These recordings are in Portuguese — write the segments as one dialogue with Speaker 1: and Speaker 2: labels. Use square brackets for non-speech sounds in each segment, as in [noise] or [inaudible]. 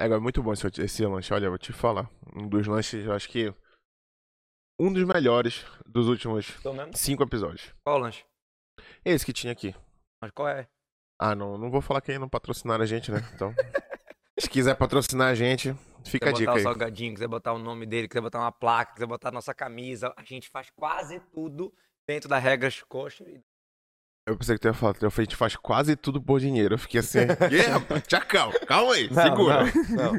Speaker 1: É, agora, muito bom esse, esse lanche, olha, eu vou te falar. Um dos lanches, eu acho que. Um dos melhores dos últimos
Speaker 2: Tô mesmo?
Speaker 1: cinco episódios. É
Speaker 2: Qual o lanche?
Speaker 1: Esse que tinha aqui.
Speaker 2: Mas qual é?
Speaker 1: Ah, não, não vou falar que aí não patrocinaram a gente, né?
Speaker 2: [laughs]
Speaker 1: Então. se quiser patrocinar a gente, fica a
Speaker 2: Quiser botar
Speaker 1: dica
Speaker 2: o
Speaker 1: aí.
Speaker 2: salgadinho, quiser botar o nome dele, quiser botar uma placa, quiser botar a nossa camisa. A gente faz quase tudo dentro das regras coxa. e-
Speaker 1: Eu pensei que tu ia falar, tu ia falar, a gente faz quase tudo por dinheiro. Eu fiquei
Speaker 2: [laughs]
Speaker 1: assim, "Ih, rapaz, tchau, calma, calma aí, segura.
Speaker 2: Não, não.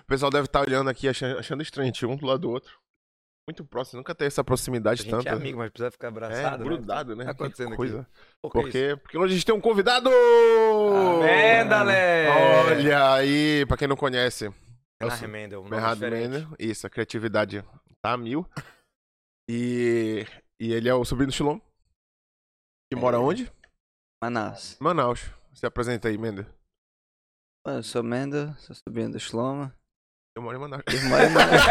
Speaker 1: O pessoal deve estar olhando aqui achando, achando estranho, a gente um do lado do outro. Muito próximo, nunca teve essa
Speaker 2: A
Speaker 1: proximidade
Speaker 2: gente
Speaker 1: tanta.
Speaker 2: é amigo, mas precisa ficar abraçado.
Speaker 1: é,
Speaker 2: né?
Speaker 1: grudado, né?
Speaker 2: Tá acontecendo
Speaker 1: Que
Speaker 2: aqui.
Speaker 1: coisa.
Speaker 2: Por que isso? Ah,
Speaker 1: Porque, porque hoje a gente tem um convidado!
Speaker 2: Amém, Dalé!
Speaker 1: Olha aí, pra quem não conhece, é o
Speaker 2: Renan Remendel, um nome
Speaker 1: Bernardo
Speaker 2: diferente. [laughs]
Speaker 1: Mendes. Isso, a criatividade tá a mil. E, e ele é o sobrinho do Chilom. Que mora
Speaker 3: É.
Speaker 1: onde?
Speaker 3: Manaus.
Speaker 1: Manaus. Se apresenta aí, Menda.
Speaker 3: Eu sou Mendo, sou sobrinho do Shloma.
Speaker 1: Eu moro em Manaus.
Speaker 3: Irmão em Manaus.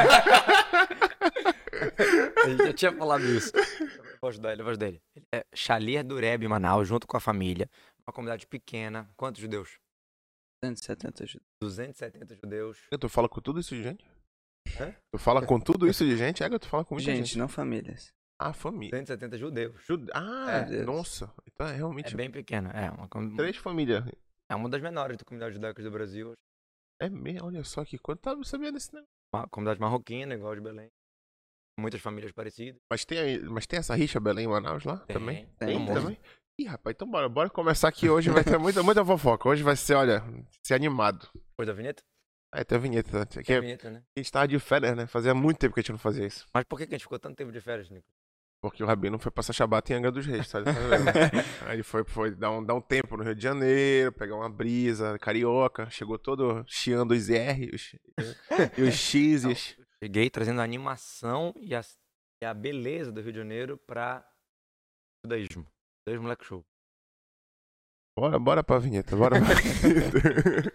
Speaker 2: Ele já tinha falado isso. Eu vou ajudar ele, eu vou ajudar ele. Ele é Chalier Dureb, em Manaus, junto com a família. Uma comunidade pequena. Quantos judeus?
Speaker 3: 170 judeus.
Speaker 2: 270 judeus.
Speaker 1: Tu fala com tudo isso de gente?
Speaker 2: Hã?
Speaker 1: Tu fala com tudo isso de gente? É, tu fala com muita gente.
Speaker 3: Gente, não famílias.
Speaker 1: Ah, família.
Speaker 2: 270 judeus.
Speaker 1: Jude- Ah,
Speaker 3: É, Deus.
Speaker 1: nossa. Então é realmente
Speaker 2: É bem pequena. É uma, com-
Speaker 1: três famílias.
Speaker 2: é uma das menores da comunidade judaica do Brasil.
Speaker 1: É mesmo, olha só que coisa. Tá, não sabia desse negócio.
Speaker 2: Uma comunidade marroquina, igual a de Belém. Muitas famílias parecidas.
Speaker 1: Mas tem, aí- mas tem essa rixa Belém e Manaus lá também?
Speaker 3: Tem,
Speaker 1: Ih,
Speaker 3: tem.
Speaker 1: também? Ih, rapaz, então bora, bora começar aqui hoje. Vai ter muita, muita fofoca. Hoje vai ser, olha, ser animado.
Speaker 2: Depois da vinheta?
Speaker 1: Aí tem a vinheta. né? Que
Speaker 2: Tem a
Speaker 1: a
Speaker 2: vinheta, né?
Speaker 1: gente tava de férias, né? Fazia muito tempo que a gente não fazia isso.
Speaker 2: Mas por que que a gente ficou tanto tempo de férias, Nico?
Speaker 1: Porque o Rabino foi passar Shabat em Angra dos Reis, tá?
Speaker 2: [laughs]
Speaker 1: Aí ele foi, foi dar, um, dar um tempo no Rio de Janeiro, pegar uma brisa, carioca. Chegou todo chiando os R e os, e os X's.
Speaker 2: Cheguei trazendo a animação e a, e a beleza do Rio de Janeiro pra judaísmo. Judaísmo Moleque Show.
Speaker 1: Bora, bora pra vinheta, bora
Speaker 2: [laughs]
Speaker 1: pra vinheta.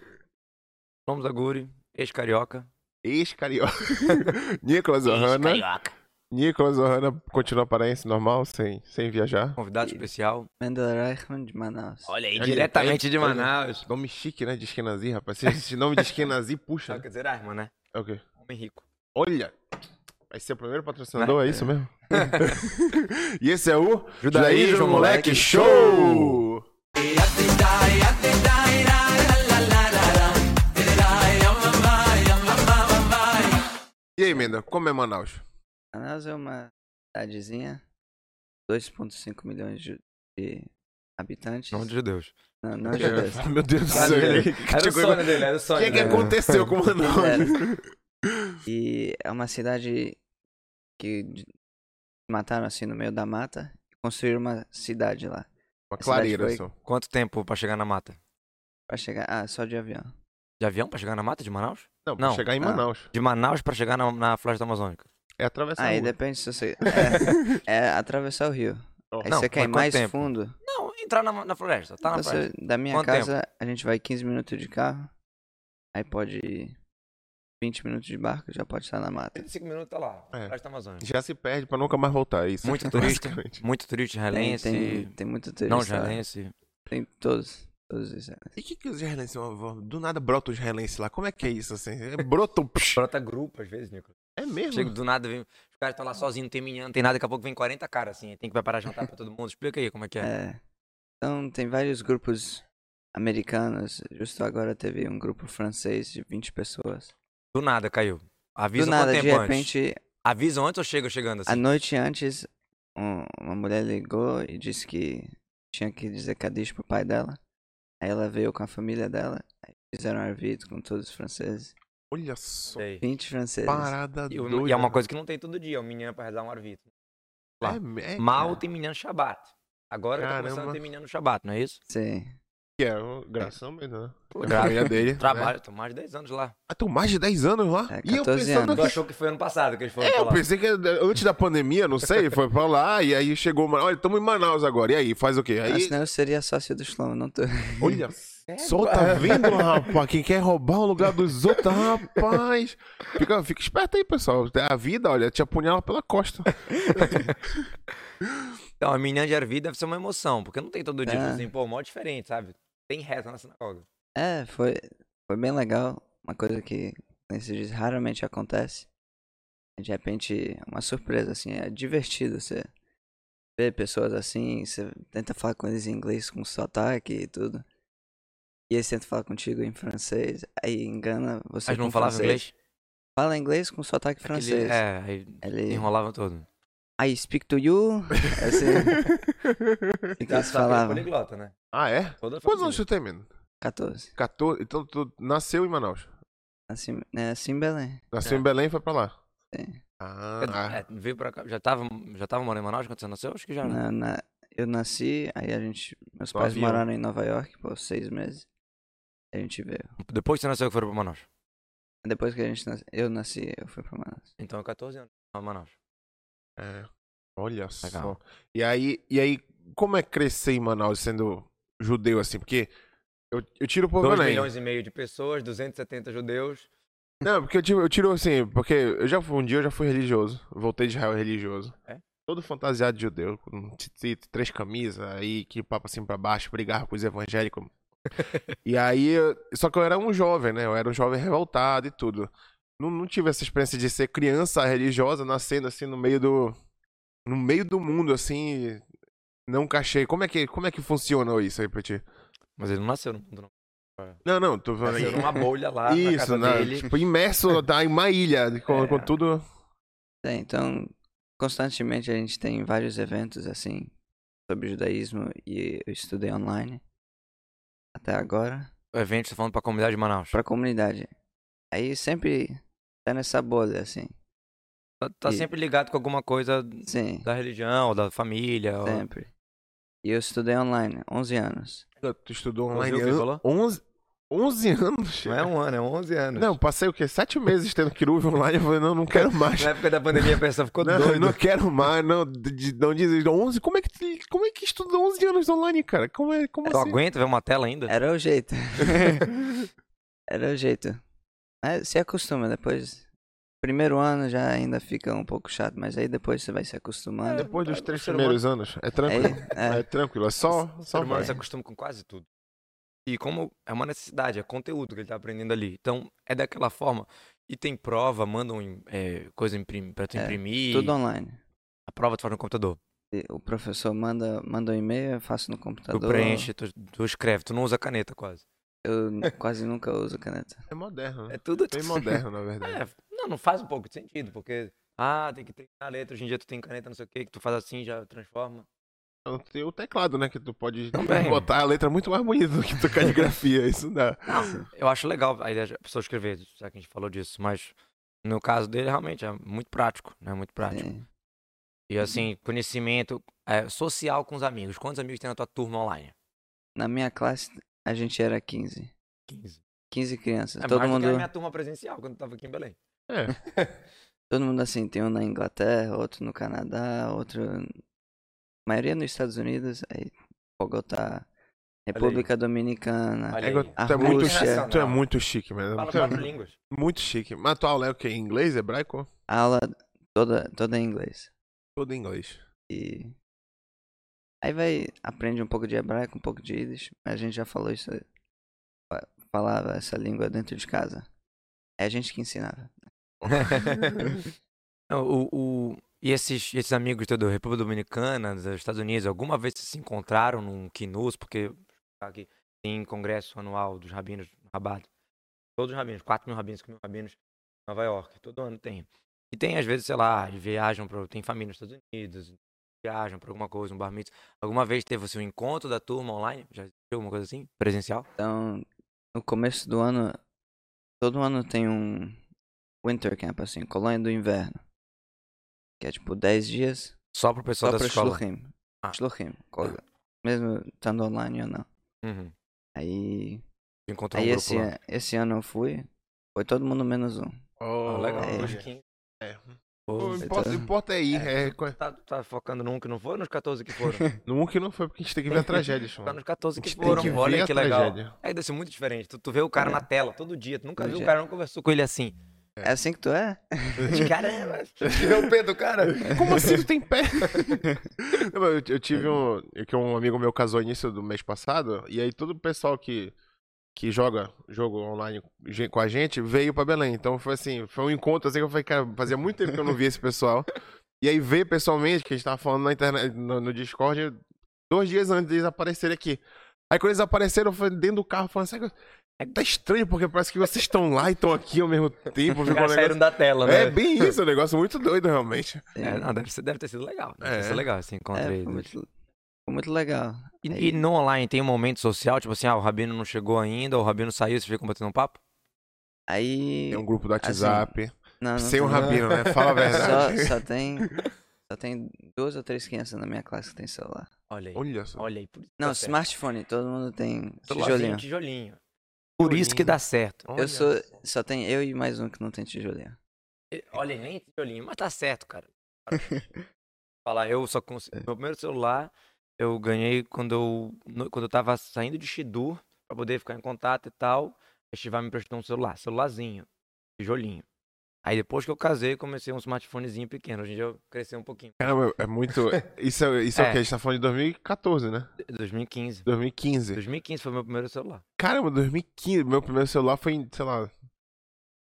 Speaker 2: Somos Aguri, ex-carioca. [laughs]
Speaker 1: Ex-carioca. Nicolas Ohana. Nicolas Ohana continua paraense normal, sem, sem viajar.
Speaker 2: Convidado
Speaker 3: E-
Speaker 2: especial.
Speaker 3: Mendel Reichmann de Manaus.
Speaker 2: Olha aí,
Speaker 1: Olha,
Speaker 2: diretamente
Speaker 1: tem-
Speaker 2: de
Speaker 1: olha.
Speaker 2: Manaus.
Speaker 1: Nome chique, né? De Eskenazi, rapaz. Esse- Esse nome de Eskenazi puxa.
Speaker 2: Não,
Speaker 1: Né?
Speaker 2: quer dizer, Arma, né?
Speaker 1: É o quê?
Speaker 2: Homem rico.
Speaker 1: Olha! Vai ser o primeiro patrocinador, é isso
Speaker 2: [laughs]
Speaker 1: mesmo? e esse é o
Speaker 2: Né? Judaísmo Moleque Show!
Speaker 1: E aí, Menda, como é Manaus?
Speaker 3: Manaus é uma cidadezinha, 2,5 milhões de, de habitantes.
Speaker 2: Nome de judeus. [laughs]
Speaker 3: Não,
Speaker 2: É,
Speaker 3: não judeus.
Speaker 1: [laughs] Meu Deus do céu.
Speaker 2: Era o sonho dele, era o
Speaker 1: O
Speaker 2: sonho
Speaker 1: que, é que
Speaker 2: dele.
Speaker 1: aconteceu com
Speaker 2: É.
Speaker 1: Manaus?
Speaker 3: É. E é uma cidade que de- mataram assim no meio da mata e construíram uma cidade lá.
Speaker 1: Uma clareira
Speaker 3: Cidade
Speaker 1: só.
Speaker 2: Quanto tempo pra chegar na mata?
Speaker 3: Pra chegar. Ah, só de avião.
Speaker 2: De avião pra chegar na mata de Manaus?
Speaker 1: Não, pra
Speaker 2: Não.
Speaker 1: chegar em
Speaker 3: Ah.
Speaker 1: Manaus.
Speaker 2: De Manaus pra chegar na, na floresta amazônica.
Speaker 1: É atravessar a
Speaker 3: Aí
Speaker 1: rua.
Speaker 3: depende
Speaker 2: [laughs]
Speaker 3: se você. É, é atravessar o rio.
Speaker 1: Ó.
Speaker 3: Aí
Speaker 2: Não,
Speaker 3: você
Speaker 2: mas
Speaker 3: quer ir
Speaker 2: quanto
Speaker 3: mais
Speaker 2: tempo?
Speaker 3: fundo.
Speaker 2: Não, entrar na, na floresta. Tá na
Speaker 3: Então,
Speaker 2: floresta.
Speaker 3: se- da minha
Speaker 2: Quanto
Speaker 3: casa, a gente vai 15 minutos de carro. Aí pode ir 20 minutos de barco, já pode estar na mata.
Speaker 2: 25 minutos tá lá.
Speaker 1: É.
Speaker 2: Floresta amazônica.
Speaker 1: Já se perde pra nunca mais voltar, é isso. [laughs]
Speaker 2: Muito turista.
Speaker 1: basicamente.
Speaker 2: Muito turista
Speaker 3: Tem,
Speaker 2: israelense.
Speaker 3: tem, tem muito turista.
Speaker 2: Não É.
Speaker 3: lá.
Speaker 2: israelense.
Speaker 3: Tem todos. Todos os
Speaker 1: E o que, que os israelenses vão- vão- Do nada brota os israelenses lá. Como é que é isso assim? É, Brotam. psh,
Speaker 2: Brota grupo às vezes, Nico.
Speaker 1: É mesmo?
Speaker 2: Chega do nada, vem, os caras estão lá sozinhos, não tem menina, não tem nada, daqui a pouco vem 40 caras assim, aí tem que preparar jantar pra todo mundo. Explica aí como é que é.
Speaker 3: É. Então, tem vários grupos americanos. Justo agora teve um grupo francês de 20 pessoas.
Speaker 2: Do nada caiu.
Speaker 3: Do
Speaker 2: Avisa
Speaker 3: nada,
Speaker 2: quanto
Speaker 3: de
Speaker 2: tempo antes.
Speaker 3: repente,
Speaker 2: Avisa antes ou chega chegando
Speaker 3: a
Speaker 2: assim?
Speaker 3: noite antes, um- uma mulher ligou e disse que tinha que dizer Kadish pro pai dela. Aí ela veio com a família dela. Aí fizeram arvito com todos os franceses.
Speaker 1: Olha só.
Speaker 2: Sei.
Speaker 3: 20 franceses.
Speaker 1: Parada
Speaker 2: É, E, o-
Speaker 1: doida.
Speaker 2: e é uma coisa que não tem todo dia, é um menino pra rezar um arvito. lá.
Speaker 1: É, me- é,
Speaker 2: Mal
Speaker 1: cara.
Speaker 2: tem menino no Shabat. Agora tá começando
Speaker 1: Caramba.
Speaker 2: a ter menino no Shabat, não é isso?
Speaker 3: Sim.
Speaker 1: Que é, o- graças ao menos, né? É a
Speaker 2: graças.
Speaker 1: [laughs] família dele. Né?
Speaker 2: Trabalho, tô mais de 10 anos lá.
Speaker 1: Ah, tem mais de 10 anos lá?
Speaker 3: É,
Speaker 1: e eu
Speaker 3: 14
Speaker 1: pensando
Speaker 3: anos.
Speaker 2: Tu
Speaker 1: que...
Speaker 2: achou que foi ano passado que eles foram
Speaker 1: É, eu
Speaker 2: falar?
Speaker 1: pensei que era antes da pandemia, não sei, foi pra lá, e aí chegou, mano, olha, estamos em Manaus agora, e aí, faz o quê?
Speaker 3: Ah,
Speaker 1: Aí,
Speaker 2: né?
Speaker 3: senão eu seria sócio do Shlomo, não tô.
Speaker 1: olha,
Speaker 2: É,
Speaker 1: só tá vendo, rapaz, quem quer roubar o lugar dos outros, rapaz. Fica, fica esperto aí, pessoal, a vida, olha, te apunhala pela costa.
Speaker 2: Então, a menina de arvito deve ser uma emoção, porque não tem todo dia. tipo
Speaker 3: É.
Speaker 2: Assim, pô, mó diferente, sabe? Tem reza na sinagoga.
Speaker 3: É, foi, foi bem legal. uma coisa que, como se diz, raramente acontece. De repente, é uma surpresa, assim, é divertido você ver pessoas assim, você tenta falar com eles em inglês com sotaque e tudo. E eles tentam falar contigo em francês, aí engana você
Speaker 2: Mas não
Speaker 3: com
Speaker 2: falava
Speaker 3: francês.
Speaker 2: inglês?
Speaker 3: Fala inglês com sotaque
Speaker 2: Aquele-
Speaker 3: francês.
Speaker 2: É, aí
Speaker 3: Ele,
Speaker 2: enrolavam todo.
Speaker 3: I speak
Speaker 2: [laughs]
Speaker 3: to you, assim,
Speaker 2: Tá,
Speaker 3: eles
Speaker 2: é
Speaker 3: falavam.
Speaker 2: poliglota, né?
Speaker 1: ah, é? Quantos anos tu tem, menino?
Speaker 3: 14.
Speaker 1: 14? Então tu nasceu em Manaus.
Speaker 3: Assim, né, assim em Belém.
Speaker 1: Nasceu
Speaker 2: É.
Speaker 1: em Belém e foi pra lá.
Speaker 3: Sim.
Speaker 1: Ah,
Speaker 2: É, veio pra cá, já tava, já tava morando em Manaus quando você nasceu? Acho que já, né?
Speaker 3: Na- na- eu nasci, aí a gente. Meus
Speaker 1: No
Speaker 3: pais
Speaker 1: avião.
Speaker 3: moraram em Nova York por seis meses. A gente veio.
Speaker 2: Depois que você nasceu que foram pra Manaus.
Speaker 3: Depois que a gente nasce, eu nasci, eu fui pra Manaus.
Speaker 2: Então, 14 anos em Manaus.
Speaker 1: é. Olha só.
Speaker 2: Legal.
Speaker 1: E aí, e aí, como é crescer em Manaus sendo judeu assim? Porque eu, eu tiro o povo
Speaker 2: 2
Speaker 1: Belém.
Speaker 2: milhões e meio de pessoas, 270 judeus.
Speaker 1: Não, porque eu tiro, eu tiro assim, porque eu já fui, um dia eu já fui religioso. Voltei de Israel religioso.
Speaker 2: É?
Speaker 1: Todo fantasiado de judeu, com t- t- três camisas, aí que papo assim pra baixo, brigava com os evangélicos. e aí, eu- só que eu era um jovem, né? Eu era um jovem revoltado e tudo. Não, não tive essa experiência de ser criança religiosa, nascendo assim no meio do. No meio do mundo, assim. Não cachei. Como é que, como é que funcionou isso aí pra ti?
Speaker 2: Mas ele não nasceu no mundo, não.
Speaker 1: Não, não, tô falando.
Speaker 2: Nasceu numa bolha [laughs] lá na
Speaker 1: Isso,
Speaker 2: casa
Speaker 1: né?
Speaker 2: dele.
Speaker 1: Tipo, imerso tá, em uma ilha, com,
Speaker 3: É.
Speaker 1: com tudo.
Speaker 3: É, então, constantemente a gente tem vários eventos assim sobre judaísmo e eu estudei online até agora
Speaker 2: O evento, você tá falando pra comunidade de Manaus.
Speaker 3: pra comunidade. Aí sempre tá nessa bolha assim.
Speaker 2: Tá, tá
Speaker 3: E-
Speaker 2: sempre ligado com alguma coisa
Speaker 3: Sim,
Speaker 2: da religião, da família. ou-
Speaker 3: sempre. E eu estudei online, 11 anos.
Speaker 1: Tu estudou
Speaker 2: Ouviu
Speaker 1: online
Speaker 2: o que ele
Speaker 1: an-
Speaker 2: falou?
Speaker 1: 11, 11 anos?
Speaker 2: Não é um ano, é 11 anos.
Speaker 1: Não, passei o quê? Sete meses tendo Kiruv online. Eu falei, não, não quero [laughs] mais.
Speaker 2: Na época da pandemia a pessoa [laughs] ficou
Speaker 1: Não,
Speaker 2: doida.
Speaker 1: não quero mais, não, de- de- não diz 11, como é que tu- como é que estuda 11 anos online, cara? Como é, como
Speaker 2: Tu
Speaker 1: assim?
Speaker 2: aguenta ver uma tela ainda?
Speaker 3: Era
Speaker 2: [laughs]
Speaker 3: o jeito. Era o jeito. Mas se acostuma depois. Primeiro ano já ainda fica um pouco chato, mas aí depois você vai se acostumando.
Speaker 1: Depois dos
Speaker 2: O
Speaker 1: três
Speaker 2: É, ser
Speaker 1: primeiros anos, é
Speaker 3: Aí,
Speaker 1: tranquilo. É,
Speaker 3: é,
Speaker 1: tranquilo, é só,
Speaker 2: O
Speaker 1: só
Speaker 2: ser humano
Speaker 1: vai.
Speaker 2: se acostuma com quase tudo. E como é uma necessidade, é conteúdo que ele tá aprendendo ali. Então, é daquela forma. E tem prova, mandam im- é, coisa imprim, pra tu
Speaker 3: É,
Speaker 2: imprimir.
Speaker 3: tudo online.
Speaker 2: A prova tu faz no computador.
Speaker 3: E O professor manda, manda um e-mail, eu faço no
Speaker 2: Tu
Speaker 3: computador.
Speaker 2: preenche, tu, tu escreve. Tu não usa caneta quase.
Speaker 3: Eu n- quase nunca uso caneta.
Speaker 1: É moderno, né?
Speaker 2: É tudo...
Speaker 1: Bem moderno, na verdade.
Speaker 2: É, não, não faz um pouco de sentido, porque... Ah, tem que treinar a letra. Hoje em dia tu tem caneta, não sei o que, que tu faz assim, já transforma.
Speaker 1: Tem o teclado, né, que tu pode
Speaker 2: Também.
Speaker 1: botar a letra muito mais bonita do que tu
Speaker 2: [laughs]
Speaker 1: caligrafia, isso dá.
Speaker 2: Eu acho legal a ideia de a pessoa escrever, já que a gente falou disso, mas no caso dele, realmente, é muito prático, né? Muito prático.
Speaker 3: Sim.
Speaker 2: E assim, conhecimento é, social com os amigos. Quantos amigos tem na tua turma online?
Speaker 3: Na minha classe, a gente era 15.
Speaker 2: 15.
Speaker 3: 15 crianças.
Speaker 2: É
Speaker 3: todo,
Speaker 2: mais do
Speaker 3: mundo,
Speaker 2: que a minha turma presencial, quando eu tava aqui em Belém.
Speaker 1: É,
Speaker 3: todo mundo assim, tem um na Inglaterra, outro no Canadá, outro. A maioria nos Estados Unidos, aí Bogotá, República Dominicana.
Speaker 2: Olha
Speaker 1: é,
Speaker 2: aí.
Speaker 1: tu é muito chique, tu é muito chique,
Speaker 2: Internacional.
Speaker 1: mano.
Speaker 2: Fala
Speaker 1: Tu é
Speaker 2: quatro línguas.
Speaker 1: Muito chique. Mas tua aula é o quê? Em Inglês, hebraico?
Speaker 3: A aula toda, toda em inglês.
Speaker 1: Todo em inglês.
Speaker 3: E. Aí vai, aprende um pouco de hebraico, um pouco de Yiddish. A gente já falou isso. fa- Falava essa língua dentro de casa. É a gente que ensinava.
Speaker 2: Não, o, o- E esses, esses amigos teus da República Dominicana, dos Estados Unidos, alguma vez vocês se encontraram num Kinus? Porque tá aqui tem congresso anual dos rabinos, Rabat. Todos os rabinos, 4 mil rabinos, 5 mil rabinos, em Nova York. Todo ano tem. E tem, às vezes, sei lá, eles viajam para. Tem família nos Estados Unidos, viajam para alguma coisa, um bar mitzvah. Alguma vez teve assim, um encontro da turma online? Já existiu alguma coisa assim? Presencial?
Speaker 3: Então, no começo do ano, todo ano tem um winter camp, assim, colônia do inverno. Que é tipo 10 dias
Speaker 2: Só pro pessoal
Speaker 3: só
Speaker 2: da
Speaker 3: pra
Speaker 2: escola.
Speaker 3: Shluchim.
Speaker 2: Ah.
Speaker 3: Shluchim, coisa. Mesmo estando online ou não.
Speaker 2: Uhum.
Speaker 3: Aí,
Speaker 2: Encontrou um
Speaker 3: aí
Speaker 2: grupo
Speaker 3: esse,
Speaker 2: lá.
Speaker 3: an- esse ano eu fui, foi todo mundo menos um.
Speaker 1: Oh,
Speaker 2: Ah, legal.
Speaker 3: é.
Speaker 2: Hoje, 15.
Speaker 1: É.
Speaker 2: Pô,
Speaker 1: O
Speaker 3: Então-
Speaker 1: importa, o importa é ir. É. co-
Speaker 2: Tá, tá focando num que não foi ou nos 14 que foram?
Speaker 1: No um que não foi, porque a gente tem que ver a tragédia,
Speaker 2: tá
Speaker 1: mano.
Speaker 2: nos 14
Speaker 1: A
Speaker 2: que
Speaker 1: gente tem
Speaker 2: foram.
Speaker 1: que ver
Speaker 2: Olha
Speaker 1: a
Speaker 2: que legal.
Speaker 1: tragédia.
Speaker 2: É, deve ser muito diferente. Tu, tu vê o cara
Speaker 3: É.
Speaker 2: na tela todo dia. Tu nunca viu o
Speaker 3: Hoje é.
Speaker 2: cara, não conversou com ele assim. é,
Speaker 3: É assim que tu é?
Speaker 2: De caramba, tirei o pé do cara.
Speaker 1: Como assim tu tem pé? [laughs] Não, mas eu, eu tive um. é que um amigo meu casou início do mês passado, e aí todo o pessoal que. que joga jogo online ge- com a gente, veio pra Belém. Então foi assim, foi um encontro assim que eu falei, cara, fazia muito tempo que eu não via esse pessoal. E aí ver pessoalmente, que a gente tava falando na internet, no, no Discord, dois dias antes deles aparecerem aqui. Aí quando eles apareceram, eu falei dentro do carro, falando assim, é que tá estranho, porque parece que vocês estão lá e estão aqui ao mesmo tempo. Ficou um
Speaker 2: Os caras saíram
Speaker 1: negócio...
Speaker 2: da tela, né?
Speaker 1: É bem isso, é um negócio muito doido, realmente.
Speaker 2: É, não, deve, ser- deve ter sido legal. né? Deve
Speaker 1: É.
Speaker 2: ter sido legal esse encontro
Speaker 3: É,
Speaker 2: aí.
Speaker 3: foi,
Speaker 2: dos-
Speaker 3: muito, foi muito legal.
Speaker 2: E,
Speaker 3: Aí-
Speaker 2: e no online tem um momento social, tipo assim, ah, o Rabino não chegou ainda, o Rabino saiu, vocês ficam batendo um papo?
Speaker 3: Aí.
Speaker 1: Tem um grupo do
Speaker 3: Assim,
Speaker 1: WhatsApp,
Speaker 3: não, não
Speaker 1: sem o
Speaker 3: tem- [laughs]
Speaker 1: Rabino, né? Fala a
Speaker 3: Só,
Speaker 1: verdade.
Speaker 3: só tem. Só tem duas ou três crianças na minha classe que tem celular.
Speaker 2: Olha aí.
Speaker 1: Olha só.
Speaker 2: Olha aí. Por isso que
Speaker 3: Não,
Speaker 2: dá Tá certo.
Speaker 3: smartphone, todo mundo tem
Speaker 2: Celularzinho,
Speaker 3: tijolinho.
Speaker 2: tijolinho. Por isso que
Speaker 1: Tijolinho.
Speaker 2: dá certo.
Speaker 1: Olha
Speaker 3: Eu sou.
Speaker 2: né,
Speaker 1: só.
Speaker 3: Só tem eu e mais um que não tem tijolinho.
Speaker 2: E- Olha, nem tijolinho, mas tá certo, cara. Cara, Falar, eu só consegui. Meu primeiro celular eu ganhei quando eu, no- quando eu tava saindo de Shidu pra poder ficar em contato e tal. A Shiva me prestou um celular, celularzinho, tijolinho. Aí depois que eu casei, comecei um smartphonezinho pequeno. Hoje em dia eu cresci um pouquinho.
Speaker 1: Caramba, é muito. Isso é, isso é. o
Speaker 2: É.
Speaker 1: que? A gente tá falando de 2014, né?
Speaker 2: 2015.
Speaker 1: 2015.
Speaker 2: 2015 foi meu primeiro celular.
Speaker 1: Caramba, 2015. Meu primeiro celular foi em, sei lá.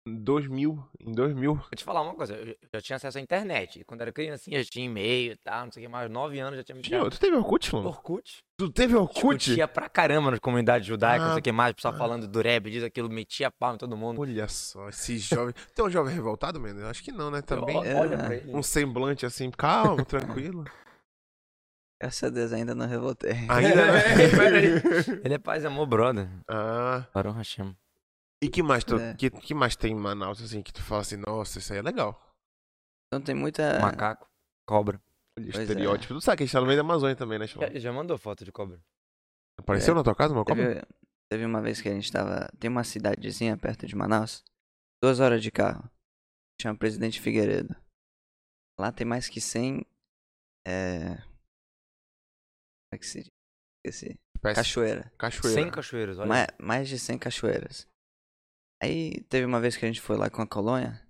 Speaker 1: Em 2000. Em 2000.
Speaker 2: Vou te falar uma coisa, eu eu já tinha acesso à internet. Quando era criancinha, já tinha e-mail e tal, não sei o que mais. Nove anos já tinha me
Speaker 1: Tio, tu teve Orkut, mano?
Speaker 2: Orkut.
Speaker 1: Tu teve Orkut?
Speaker 2: Discutia pra caramba nas comunidades judaicas, não sei o que mais, o pessoal
Speaker 1: Ah.
Speaker 2: falando dureb, diz aquilo, metia pau em todo mundo.
Speaker 1: Olha só, esse jovem. Tem um jovem revoltado, mano? Eu Acho que não, né? Também.
Speaker 2: Eu-
Speaker 3: é,
Speaker 2: olha
Speaker 3: né?
Speaker 2: pra ele.
Speaker 1: Um
Speaker 2: [laughs]
Speaker 1: semblante assim, calmo, tranquilo.
Speaker 3: Graças a Deus ainda não revoltei.
Speaker 1: Ainda,
Speaker 2: É.
Speaker 1: né?
Speaker 2: [laughs] Ele é paz e amor, brother.
Speaker 1: ah.
Speaker 2: Baruch Hashem.
Speaker 1: E que mais, tu,
Speaker 3: É.
Speaker 1: que, que mais tem em Manaus, assim, que tu fala assim, nossa, isso aí é legal.
Speaker 3: Então tem
Speaker 1: É.
Speaker 3: muita.
Speaker 2: Macaco. Cobra.
Speaker 1: Olha,
Speaker 3: Pois é.
Speaker 1: estereótipo. Tu sabe que a gente tá no meio da Amazônia também, né, Chão?
Speaker 2: Já, já mandou foto de cobra?
Speaker 1: Apareceu
Speaker 3: é.
Speaker 1: na tua casa uma cobra?
Speaker 3: Teve, teve uma vez que a gente tava. Tem uma cidadezinha perto de Manaus. Duas horas de carro. Chama Presidente Figueiredo. Lá tem mais que 100. É. Como é que se diz? Esqueci.
Speaker 1: Parece
Speaker 3: Cachoeira.
Speaker 1: cachoeira. é.
Speaker 2: 100 cachoeiras, olha.
Speaker 3: Ma- mais de 100 cachoeiras. Aí teve uma vez que a gente foi lá com a colônia.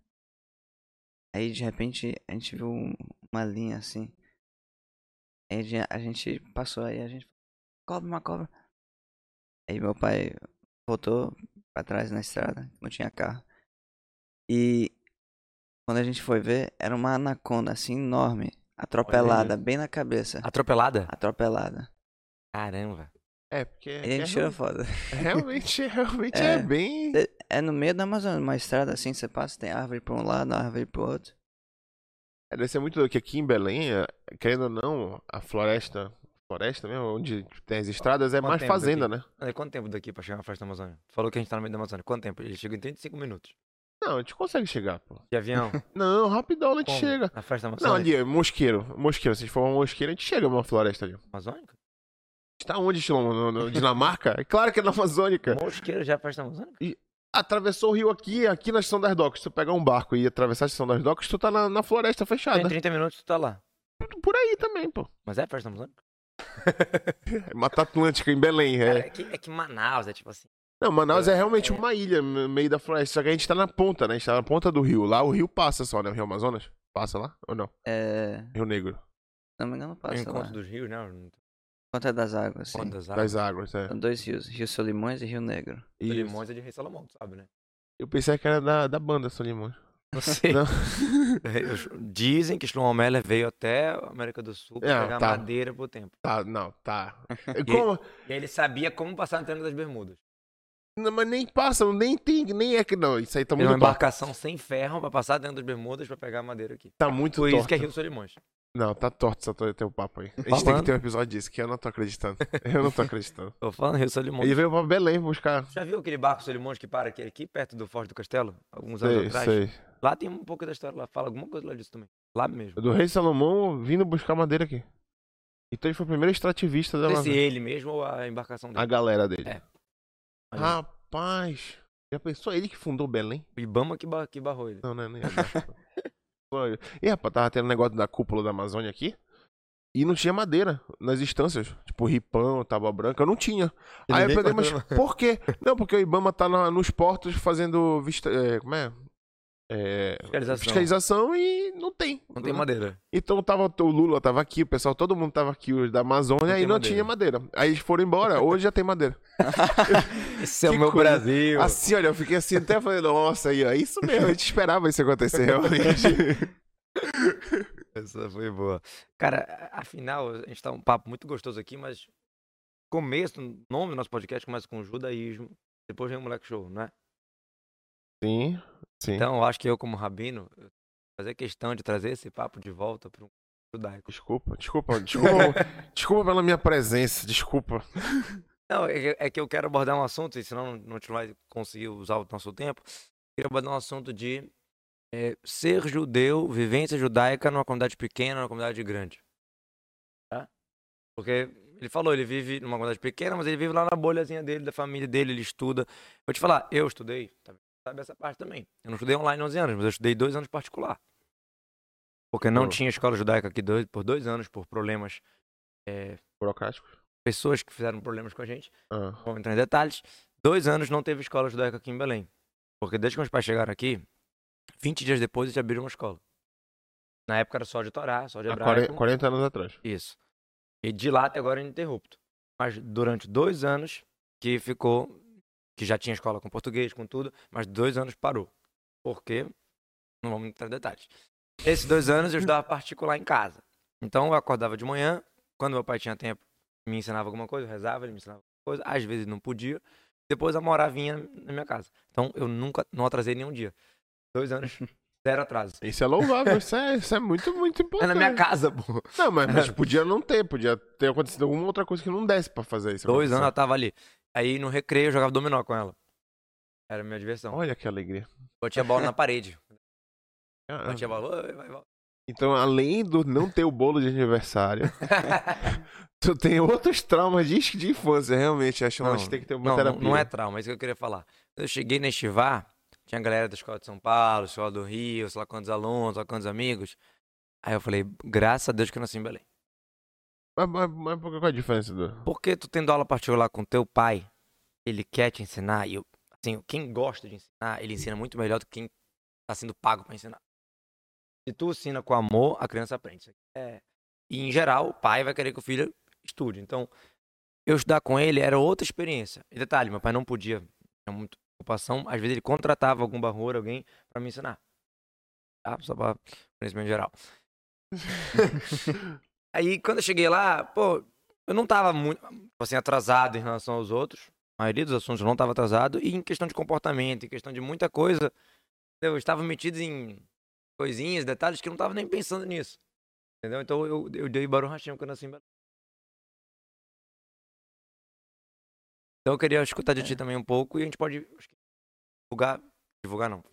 Speaker 3: Aí de repente a gente viu um- uma linha assim. Aí de- a gente passou aí, a gente falou, cobra, uma cobra. Aí meu pai voltou pra trás na estrada, não tinha carro. E quando a gente foi ver, era uma anaconda assim enorme, atropelada, bem na cabeça.
Speaker 2: Atropelada?
Speaker 3: Atropelada.
Speaker 2: Caramba.
Speaker 1: É, porque
Speaker 3: Aí a
Speaker 1: é,
Speaker 3: gente tirou foto.
Speaker 1: realmente, realmente é.
Speaker 3: É.
Speaker 1: bem...
Speaker 3: Cê- É no meio da Amazônia, uma estrada assim, você passa, tem árvore pra um lado, árvore pro outro.
Speaker 1: É, deve ser muito doido, que aqui em Belém, é, querendo ou não, a floresta, floresta mesmo, onde tem as estradas, é
Speaker 2: Quanto
Speaker 1: mais
Speaker 2: tempo
Speaker 1: fazenda, né?
Speaker 2: Olha, Quanto tempo daqui pra chegar na floresta da Amazônia? Tu Falou que a gente tá no meio da Amazônia. Quanto tempo? Ele chega em 35 minutos.
Speaker 1: Não, a gente consegue chegar, pô.
Speaker 2: De
Speaker 1: [laughs]
Speaker 2: avião?
Speaker 1: Não, rapidão a gente
Speaker 2: Como?
Speaker 1: chega.
Speaker 2: Na floresta da
Speaker 1: Não,
Speaker 2: Amazônia?
Speaker 1: ali, é mosqueiro, mosqueiro, se a gente for uma mosqueira, a gente chega numa floresta ali.
Speaker 2: Amazônica?
Speaker 1: Tá onde, Shilom? No, no- Dinamarca? É claro que é na Amazônica.
Speaker 2: Mosqueiro já é floresta Amazônica?
Speaker 1: Atravessou o rio aqui, aqui na Estação das Docas. Tu pegar um barco e atravessar a Estação das Docas, tu tá na, na floresta
Speaker 2: Em
Speaker 1: fechada.
Speaker 2: 30 minutos tu tá lá.
Speaker 1: Por aí também, pô.
Speaker 2: Mas é floresta Amazônica?
Speaker 1: É Mata Atlântica, em Belém. É.
Speaker 2: Cara, é, que, é que Manaus é tipo assim.
Speaker 1: Não, Manaus é realmente
Speaker 2: É.
Speaker 1: uma ilha no meio da floresta. Só que a gente tá na ponta, né? A gente tá na ponta do rio. Lá o rio passa só, né? O rio Amazonas? Passa lá? Ou não?
Speaker 3: É.
Speaker 1: Rio Negro.
Speaker 3: Se não me engano,
Speaker 2: O
Speaker 3: passa lá.
Speaker 2: encontro dos rios, né?
Speaker 3: Conta das águas, sim.
Speaker 2: Encontro das águas.
Speaker 1: Das águas, é.
Speaker 3: São dois rios, Rio Solimões e Rio Negro.
Speaker 2: Do
Speaker 1: Isso.
Speaker 2: Limões é de Rei Salomão, tu sabe, né?
Speaker 1: Eu pensei que era da, da banda
Speaker 2: [laughs]
Speaker 1: Solimões.
Speaker 2: Não sei.
Speaker 1: Não.
Speaker 2: é, Dizem que Shlomo Meller veio até a América do Sul pra
Speaker 1: É,
Speaker 2: pegar
Speaker 1: tá.
Speaker 2: madeira pro tempo.
Speaker 1: Tá, não, tá. Como?
Speaker 2: [laughs] E aí ele sabia como passar no Triângulo das Bermudas.
Speaker 1: Não, mas nem passa, nem tem, nem é que não. Isso aí tá
Speaker 2: Era uma
Speaker 1: muito barco.
Speaker 2: embarcação sem ferro pra passar dentro das Bermudas pra pegar a madeira aqui.
Speaker 1: Tá muito
Speaker 2: Por isso
Speaker 1: torto.
Speaker 2: que é Rio Solimões.
Speaker 1: Não, tá torto essa teu teu papo aí. A gente tem que
Speaker 2: Falando.
Speaker 1: ter um episódio disso, que eu não tô acreditando. Eu não tô acreditando.
Speaker 2: Tô falando Rio Solimões.
Speaker 1: Ele veio pra Belém buscar.
Speaker 2: Já viu aquele barco Solimões que para aqui, aqui perto do Forte do Castelo? Alguns anos
Speaker 1: Sei,
Speaker 2: atrás?
Speaker 1: sei.
Speaker 2: Lá tem um pouco da história lá. Fala alguma coisa lá disso também. Lá mesmo.
Speaker 1: Do rei Salomão vindo buscar madeira aqui. Então ele foi o primeiro extrativista da
Speaker 2: Não sei se é ele mesmo ou a embarcação
Speaker 1: A
Speaker 2: dele.
Speaker 1: galera dele.
Speaker 2: É. Mas
Speaker 1: Rapaz, já pensou ele que fundou Belém?
Speaker 2: O Ibama que, ba- que barrou ele.
Speaker 1: Não, né? Nem
Speaker 2: [laughs]
Speaker 1: Foi. E rapaz, tava tendo um negócio da cúpula da Amazônia aqui. E não tinha madeira nas instâncias. Tipo, ripão, tábua branca, não tinha.
Speaker 2: E
Speaker 1: Aí eu
Speaker 2: ninguém
Speaker 1: perguntei, mas
Speaker 2: cortou,
Speaker 1: por quê? Não, porque o Ibama tá na- nos portos fazendo vista. é, como é? é,
Speaker 2: Fiscalização.
Speaker 1: fiscalização e não tem.
Speaker 2: Não tem madeira.
Speaker 1: Então tava, o Lula tava aqui, o pessoal, todo mundo tava aqui, os da Amazônia,
Speaker 2: Não
Speaker 1: e
Speaker 2: tem
Speaker 1: não
Speaker 2: madeira.
Speaker 1: tinha madeira. Aí eles foram embora, hoje já tem madeira.
Speaker 2: Esse é o
Speaker 1: Que
Speaker 2: meu
Speaker 1: coisa.
Speaker 2: Brasil.
Speaker 1: Assim, olha, eu fiquei assim, até falei, nossa, aí, ó, é isso mesmo, a gente esperava isso
Speaker 2: [laughs]
Speaker 1: acontecer, realmente.
Speaker 2: Essa foi boa. Cara, a- afinal, a gente tá um papo muito gostoso aqui, mas começo, o nome do nosso podcast começa com judaísmo, depois vem o moleque show, né?
Speaker 1: Sim, sim.
Speaker 2: Então, eu acho que eu, como rabino, eu fazer questão de trazer esse papo de volta para um judaico.
Speaker 1: Desculpa, desculpa, [laughs] desculpa, desculpa pela minha presença, desculpa.
Speaker 2: Não, é que- é que eu quero abordar um assunto, e senão não- não te vai conseguir usar o nosso tempo. Quero abordar um assunto de eh, ser judeu, vivência judaica numa comunidade pequena, numa comunidade grande. Tá? Porque ele falou, ele vive numa comunidade pequena, mas ele vive lá na bolhazinha dele, da família dele, ele estuda. Vou te falar, eu estudei, tá- sabe essa parte também. Eu não estudei online 11 anos, mas eu estudei dois anos particular. Porque não
Speaker 1: Pô.
Speaker 2: tinha escola judaica aqui dois, por dois anos, por problemas, eh,
Speaker 1: Burocrático?
Speaker 2: pessoas que fizeram problemas com a gente
Speaker 1: Ah,
Speaker 2: vou entrar em detalhes. Dois anos não teve escola judaica aqui em Belém. Porque desde que meus pais chegaram aqui, 20 dias depois eles abriram uma escola. Na época era só de Torá, só de
Speaker 1: há 40,
Speaker 2: hebraico.
Speaker 1: 40 anos atrás.
Speaker 2: Isso. E de lá até agora é ininterrupto. Mas durante dois anos que ficou, que já tinha escola com português, com tudo, mas dois anos parou. Por quê? Não vamos entrar em detalhes. Esses dois anos eu estudava particular em casa. Então eu acordava de manhã, quando meu pai tinha tempo, me ensinava alguma coisa, eu rezava, ele me ensinava alguma coisa, às vezes não podia. Depois a morar vinha na minha casa. Então eu nunca, não atrasei nenhum dia. Dois anos, zero atraso.
Speaker 1: Isso é louvável, isso é, isso é muito, muito
Speaker 2: [laughs] É
Speaker 1: importante.
Speaker 2: na minha casa, pô.
Speaker 1: Não, mas,
Speaker 2: [laughs]
Speaker 1: mas podia não ter, podia ter acontecido alguma outra coisa que não desse pra fazer isso.
Speaker 2: Dois anos ela
Speaker 1: acontecer.
Speaker 2: tava ali. Aí no recreio eu jogava dominó com ela. Era a minha diversão.
Speaker 1: Olha que alegria.
Speaker 2: Batia bola
Speaker 1: [laughs]
Speaker 2: na parede.
Speaker 1: Ah,
Speaker 2: Batia bola. "Oi, vai, vai."
Speaker 1: Então, além do não ter o bolo de
Speaker 2: [laughs]
Speaker 1: aniversário, tu tem outros traumas de, de infância, realmente. Acho que a gente tem que ter uma
Speaker 2: não, não,
Speaker 1: terapia.
Speaker 2: não é trauma, é isso que eu queria falar. Eu cheguei na Estivar, tinha galera da escola de São Paulo, escola do Rio, sei lá quantos alunos, sei lá quantos amigos. Aí eu falei, graças a Deus que eu nasci em Belém.
Speaker 1: Mas, mas, mas qual é a diferença do...
Speaker 2: Porque tu tendo aula particular com teu pai, ele quer te ensinar e eu, assim, quem gosta de ensinar, ele ensina muito melhor do que quem tá sendo pago para ensinar. Se tu ensina com amor, a criança aprende. Isso aqui É. E em geral, o pai vai querer que o filho estude. Então, eu estudar com ele era outra experiência. E detalhe, meu pai não podia, tinha muita ocupação, às vezes ele contratava algum barrouro, alguém para me ensinar. Tá? Só para conhecimento geral. Aí quando eu cheguei lá, pô, eu não tava muito, tipo assim, atrasado em relação aos outros. A maioria dos assuntos eu não tava atrasado. E em questão de comportamento, em questão de muita coisa, eu estava metido em coisinhas, detalhes que eu não tava nem pensando nisso. Entendeu? Então eu, eu dei Baru Hashem quando eu nasci em Belém. Então eu queria escutar de ti também um pouco e a gente pode acho que, divulgar, divulgar não,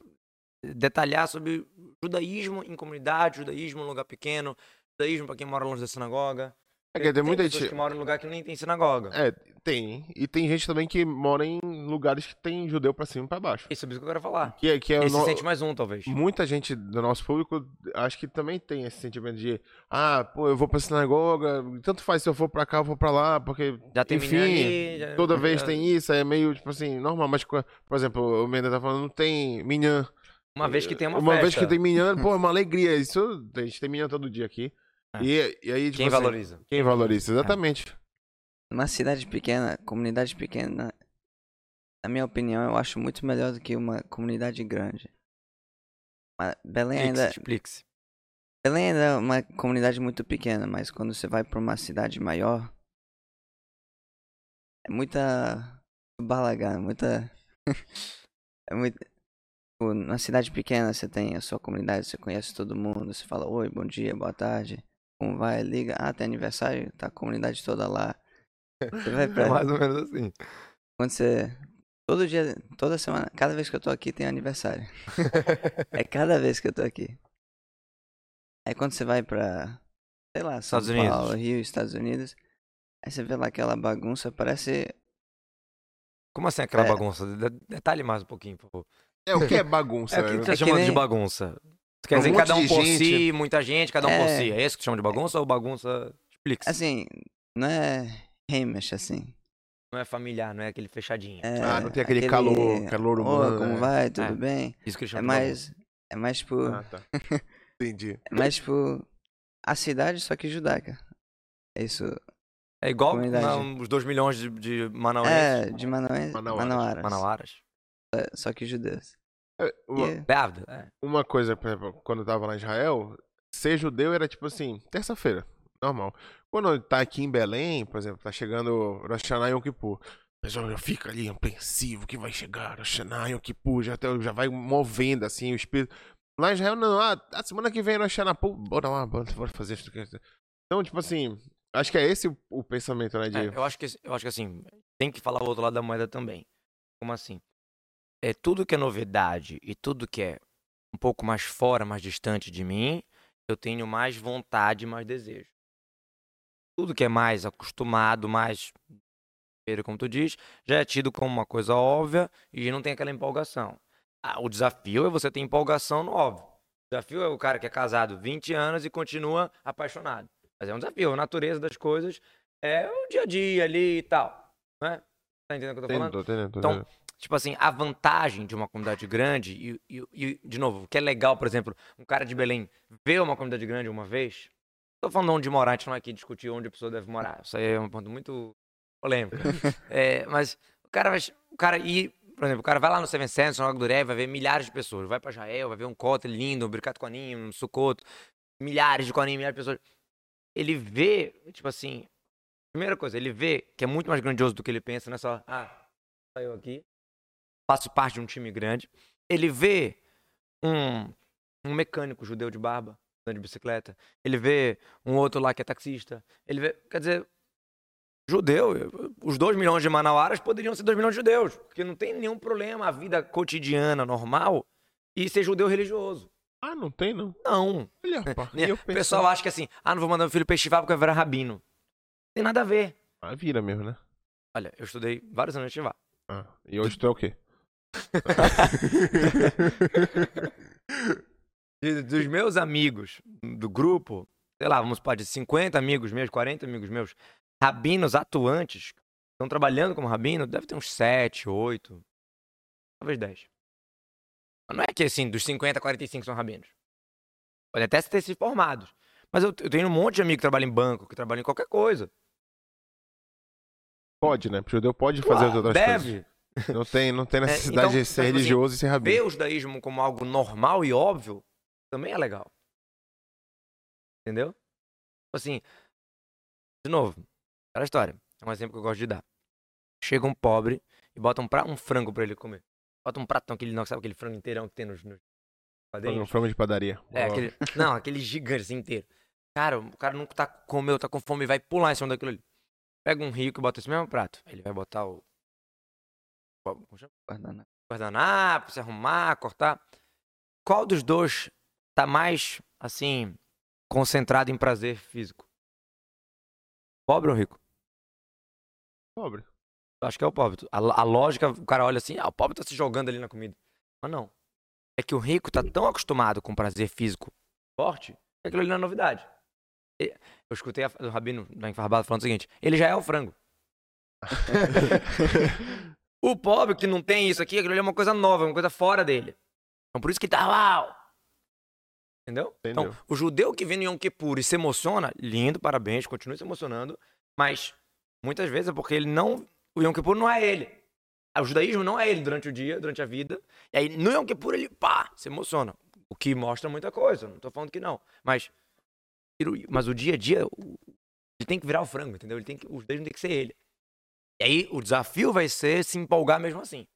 Speaker 2: detalhar sobre judaísmo em comunidade, judaísmo em um lugar pequeno, judaísmo para quem mora longe da sinagoga.
Speaker 1: É que tem muita
Speaker 2: pessoas
Speaker 1: gente...
Speaker 2: que moram em lugar que nem tem sinagoga.
Speaker 1: É, tem. E tem gente também que mora em lugares que tem judeu pra cima e pra baixo.
Speaker 2: Isso é isso que eu quero falar.
Speaker 1: Que, é- que é
Speaker 2: Esse
Speaker 1: o no-
Speaker 2: sente mais um, talvez.
Speaker 1: Muita gente do nosso público acho que também tem esse sentimento de ah, pô, eu vou pra sinagoga, tanto faz se eu for pra cá ou for pra lá, porque
Speaker 2: Já tem
Speaker 1: enfim,
Speaker 2: menina ali, já-
Speaker 1: toda vez
Speaker 2: já-
Speaker 1: tem isso, é meio, tipo assim, normal, mas, co- por exemplo, o Menda tá falando, não tem minhã.
Speaker 2: Uma vez que tem uma,
Speaker 1: Uma vez
Speaker 2: festa,
Speaker 1: que tem minhã,
Speaker 2: [laughs]
Speaker 1: pô, é uma alegria, isso, a gente tem minhã todo dia aqui.
Speaker 2: É.
Speaker 1: E, e aí, tipo
Speaker 2: Quem
Speaker 1: assim,
Speaker 2: valoriza? É.
Speaker 1: Quem valoriza, exatamente.
Speaker 3: Uma cidade pequena, comunidade pequena, na minha opinião, eu acho muito melhor do que uma comunidade grande. Mas Belém
Speaker 2: tipo,
Speaker 3: ainda,
Speaker 2: Explique-se.
Speaker 3: Belém ainda é uma comunidade muito pequena, mas quando você vai pra uma cidade maior, é muita balagana, muita [laughs] é muito Tipo, na cidade pequena você tem a sua comunidade, você conhece todo mundo, você fala oi, bom dia, boa tarde, como vai, liga, ah, tem aniversário, tá a comunidade toda lá. Você vai
Speaker 2: É [laughs]
Speaker 3: pra
Speaker 2: mais ou menos assim.
Speaker 3: quando você. Todo dia, toda semana, cada vez que eu tô aqui tem aniversário. é cada vez que eu tô aqui. Aí quando você vai pra, sei lá, São
Speaker 2: Estados Unidos.
Speaker 3: Paulo, Rio, Estados Unidos, aí você vê lá aquela bagunça, parece.
Speaker 2: Como assim aquela
Speaker 3: É.
Speaker 2: bagunça? De- Detalhe mais um pouquinho, por favor.
Speaker 1: É o que é bagunça.
Speaker 2: É o que
Speaker 1: né?
Speaker 2: tu tá
Speaker 3: É que
Speaker 2: chamando de
Speaker 3: nem-
Speaker 2: bagunça? Tu quer dizer
Speaker 1: monte
Speaker 2: cada um
Speaker 1: de
Speaker 2: por
Speaker 1: gente.
Speaker 2: si, muita gente, cada um por
Speaker 3: É.
Speaker 2: si. É isso que tu chama de bagunça ou bagunça? Explique-se.
Speaker 3: Assim, não é Hamish, assim.
Speaker 2: Não é familiar, não é aquele fechadinho.
Speaker 3: É,
Speaker 1: Ah, não tem aquele calor- calor humano,
Speaker 3: "Ô, como
Speaker 1: né?"
Speaker 3: vai? Tudo
Speaker 2: É.
Speaker 3: bem?
Speaker 2: Isso que ele chama
Speaker 3: É
Speaker 2: de bagunça.
Speaker 3: mais. É mais por.
Speaker 1: Ah, tá.
Speaker 2: [laughs]
Speaker 1: Entendi.
Speaker 3: É mais por. A cidade, só que judaica. É isso.
Speaker 2: É igual
Speaker 3: Comunidade.
Speaker 2: na- os 2 milhões de, de
Speaker 3: É,
Speaker 2: manauenses.
Speaker 3: de Manaus.
Speaker 1: Manauaras.
Speaker 3: Manauaras.
Speaker 2: Manauaras.
Speaker 3: É, Só que judeus.
Speaker 1: É, Uma,
Speaker 3: E-
Speaker 2: Grávida. É.
Speaker 1: uma coisa, por exemplo, quando eu tava lá em Israel, ser judeu era tipo assim, terça-feira, normal. Quando tá aqui em Belém, por exemplo, tá chegando Rosh Hashanah e Yom Kippur. O pessoal já fica ali apreensivo que vai chegar Rosh Hashanah, Yom Kippur, já, até- já vai movendo assim o espírito. Lá em Israel, não, ah, a semana que vem Rosh Hashanah, pô, bora lá, bora, bora fazer isso. Então, tipo assim, acho que é esse o, o pensamento, né, de...
Speaker 2: É, eu, acho que, eu acho que assim, tem que falar o outro lado da moeda também. Como assim? É tudo que é novidade e tudo que é um pouco mais fora, mais distante de mim, eu tenho mais vontade, mais desejo. Tudo que é mais acostumado, mais feira, como tu diz, já é tido como uma coisa óbvia e não tem aquela empolgação. Ah, o desafio é você ter empolgação no óbvio. O desafio é o cara que é casado 20 anos e continua apaixonado. Mas é um desafio, a natureza das coisas é o dia a dia ali e tal. Né? Tá entendendo o que eu tô falando?
Speaker 1: Entendo, entendo, entendo.
Speaker 2: Então, tipo assim, a vantagem de uma comunidade grande, e, e- e, de novo, o que é legal, por exemplo, um cara de Belém ver uma comunidade grande uma vez. Tô falando onde morar, a gente não é aqui discutir onde a pessoa deve morar. Isso aí é um ponto muito polêmico. É, mas o cara vai. O cara ir, por exemplo, o cara vai lá no Seven Sense, no Agduré, vai ver milhares de pessoas. Vai pra Israel, vai ver um cote lindo, um bricato com aninho, um sucoto, milhares de coninho, milhares de pessoas. Ele vê, tipo assim. Primeira coisa, ele vê que é muito mais grandioso do que ele pensa, não é só, ah, saiu aqui, faço parte de um time grande. Ele vê um, um mecânico judeu de barba, andando de bicicleta. Ele vê um outro lá que é taxista. Ele vê, quer dizer, judeu, eu- os 2 milhões de manauaras poderiam ser 2 milhões de judeus, porque não tem nenhum problema a vida cotidiana normal e ser judeu religioso.
Speaker 1: Ah, não tem, não.
Speaker 2: Não.
Speaker 1: Olha,
Speaker 2: [laughs]
Speaker 1: pá,
Speaker 2: Né?
Speaker 1: eu
Speaker 2: O pessoal acha que assim, ah, não vou mandar meu filho pra Estivar porque vai virar rabino. Tem nada a ver.
Speaker 1: Ah, vira mesmo, né?
Speaker 2: Olha, eu estudei vários anos de Estivar.
Speaker 1: Ah, e hoje tu é o quê?
Speaker 2: de- dos meus amigos do grupo, sei lá, vamos supor, de 50 amigos meus, 40 amigos meus, rabinos atuantes, que estão trabalhando como rabino, deve ter uns 7, 8, talvez 10. Mas não é que assim, dos 50, 45 são rabinos. Pode até ter se formado. Mas eu, eu tenho um monte de amigo que trabalha em banco, que trabalha em qualquer coisa.
Speaker 1: Pode, né? Porque o judeu pode fazer as
Speaker 2: Claro,
Speaker 1: outras
Speaker 2: deve.
Speaker 1: coisas. Não tem, não tem
Speaker 2: então,
Speaker 1: necessidade de
Speaker 2: mas,
Speaker 1: ser
Speaker 2: assim,
Speaker 1: religioso e ser
Speaker 2: Ver
Speaker 1: rabino.
Speaker 2: o judaísmo como algo normal e óbvio também é legal. Entendeu? Tipo Assim, de novo, aquela história. É um exemplo que eu gosto de dar. Chega um pobre e bota um, pra, um frango pra ele comer. Bota um pratão, aquele, não, sabe aquele frango inteirão que tem nos, nos
Speaker 1: Um
Speaker 2: quadrinhos?
Speaker 1: frango de padaria.
Speaker 2: É,
Speaker 1: Ó,
Speaker 2: aquele, não, aquele gigante assim, inteiro. Cara, o cara nunca tá comeu, tá com fome e vai pular em cima daquilo ali. Pega um rico e bota esse mesmo prato. Ele vai botar o. Como chama?
Speaker 3: guardanapo.
Speaker 2: guardanapo, se arrumar, cortar. Qual dos dois tá mais, assim, concentrado em prazer físico? Pobre ou rico?
Speaker 1: Pobre.
Speaker 2: [laughs] Eu acho que é o pobre. A, a lógica, o cara olha assim, ah, o pobre tá se jogando ali na comida. Mas não. É que o rico tá tão acostumado com prazer físico forte, que aquilo ali não é novidade. E- Eu escutei a- o Rabino da Enfarbada falando o seguinte, ele já é o frango. O pobre que não tem isso aqui, aquilo ali é uma coisa nova, é uma coisa fora dele. Então por isso que tá uau! Entendeu?
Speaker 1: Entendeu.
Speaker 2: Então, o judeu que vem no Yom Kippur e se emociona, lindo, parabéns, continue se emocionando, mas muitas vezes é porque ele não. O Yom Kippur não é ele. O judaísmo não é ele durante o dia, durante a vida. E aí no Yom Kippur ele, pá, se emociona. O que mostra muita coisa, não tô falando que não. Mas, mas o dia a dia, o- ele tem que virar o frango, entendeu? Ele tem que, o judaísmo tem que ser ele. E aí o desafio vai ser se empolgar mesmo assim.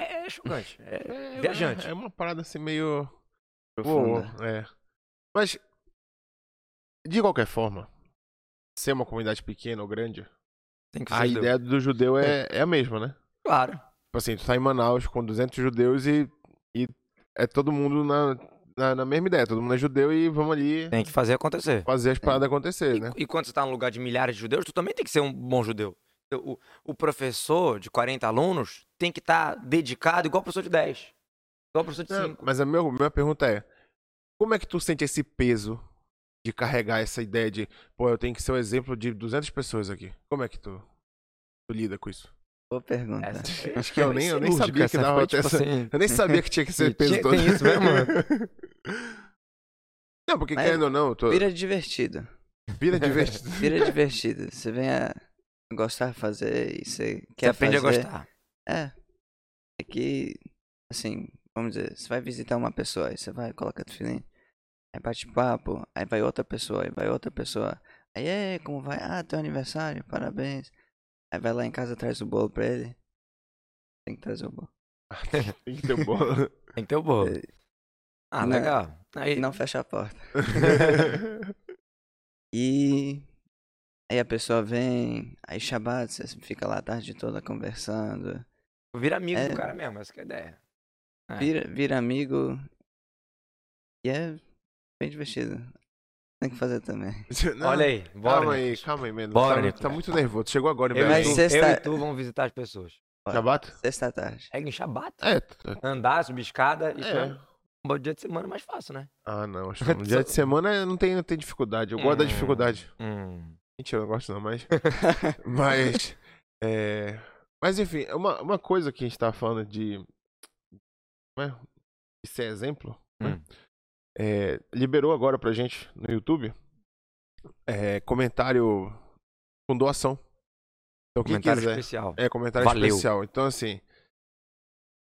Speaker 2: É chocante. É,
Speaker 1: É,
Speaker 2: Viajante.
Speaker 1: É, uma parada assim meio.
Speaker 3: Profunda.
Speaker 1: Uou, é. Mas, de qualquer forma, ser uma comunidade pequena ou grande,
Speaker 2: tem que
Speaker 1: a ideia do judeu é, é a mesma, né?
Speaker 2: Claro.
Speaker 1: Tipo assim, tu tá em Manaus com 200 judeus e, e é todo mundo na, na, na mesma ideia. Todo mundo é judeu e vamos ali
Speaker 2: Tem que fazer acontecer.
Speaker 1: fazer as paradas acontecer, né?
Speaker 2: E quando você tá num lugar de milhares de judeus, tu também tem que ser um bom judeu. Então, O, o professor de 40 alunos tem que estar dedicado igual o professor de 10. Igual o professor de
Speaker 1: Não, [laughs]
Speaker 2: 5.
Speaker 1: É, mas a meu- minha pergunta é: como é que tu sente esse peso de carregar essa ideia um de, pô, eu tenho que ser o exemplo de 200 pessoas aqui? Como é que tu, tu lida com isso?
Speaker 3: Boa pergunta.
Speaker 2: Essa-
Speaker 1: Acho que eu nem, eu nem sabia
Speaker 2: cirúrgica,
Speaker 1: que
Speaker 2: É, essa
Speaker 1: dava
Speaker 2: foi,
Speaker 1: até
Speaker 2: tipo
Speaker 1: essa.
Speaker 2: assim,
Speaker 1: Eu nem sabia que tinha
Speaker 2: [laughs]
Speaker 1: que ser
Speaker 2: Ih,
Speaker 1: peso
Speaker 2: tinha-
Speaker 1: todo.
Speaker 2: tem isso mesmo?
Speaker 1: [laughs] Não, porque
Speaker 3: Mas-
Speaker 1: querendo ou não, eu tô... é vira,
Speaker 3: Vira divertido.
Speaker 1: divertido.
Speaker 2: [laughs]
Speaker 3: Vira divertido. Você vem a gostar de fazer e você
Speaker 2: Você
Speaker 3: quer
Speaker 2: aprende a
Speaker 3: fazer.
Speaker 2: gostar.
Speaker 3: É. É que, assim, vamos dizer, você vai visitar uma pessoa, aí você vai, coloca tu filhinho, aí bate papo, aí vai outra pessoa, aí vai outra pessoa. Aí, "Ei, como vai? Ah, teu aniversário, parabéns. Aí vai lá em casa, traz o bolo pra ele. Tem que trazer o bolo.
Speaker 1: Tem que ter um
Speaker 2: [laughs]
Speaker 1: bolo.
Speaker 2: Tem que ter o bolo.
Speaker 3: É.
Speaker 2: Então
Speaker 1: né?
Speaker 2: Ah,
Speaker 3: Não.
Speaker 2: legal. Aí,
Speaker 3: E não fecha a porta. E aí a pessoa vem, aí Shabbat, você fica lá a tarde toda conversando.
Speaker 2: vira amigo
Speaker 3: É.
Speaker 2: do cara mesmo, essa que é a ideia. É.
Speaker 3: Vira, vira amigo. E é bem divertido. Tem que fazer também.
Speaker 1: Não,
Speaker 2: Olha aí, bora.
Speaker 1: Calma aí,
Speaker 2: Nicolas.
Speaker 1: calma aí, mano.
Speaker 2: Bora,
Speaker 1: tá,
Speaker 2: Nicolas.
Speaker 1: tá muito nervoso. Chegou agora,
Speaker 2: Eu,
Speaker 1: velho.
Speaker 3: Mas
Speaker 2: e tu-
Speaker 3: sexta-
Speaker 2: eu e tu vamos visitar as pessoas.
Speaker 1: Já bate?
Speaker 3: Sexta tarde.
Speaker 2: Pega em shabat.
Speaker 1: É. tá-
Speaker 2: Andar, subir escada. Isso é.
Speaker 1: é.
Speaker 2: um bom dia de semana é mais fácil, né?
Speaker 1: Ah, não. Acho
Speaker 2: [laughs]
Speaker 1: que no dia de semana não tem, não tem dificuldade. Eu gosto da
Speaker 2: Hum.
Speaker 1: dificuldade.
Speaker 2: Hum.
Speaker 1: Mentira, eu não gosto não,
Speaker 2: [laughs]
Speaker 1: mas. mas. é, Mas enfim, uma, uma coisa que a gente tava falando de. Como é? De ser exemplo. né?
Speaker 2: Hum.
Speaker 1: É, liberou agora pra gente no YouTube é, comentário com doação. Então, quem
Speaker 2: Comentário
Speaker 1: quiser.
Speaker 2: especial.
Speaker 1: É, comentário
Speaker 2: Valeu.
Speaker 1: especial. Então, assim.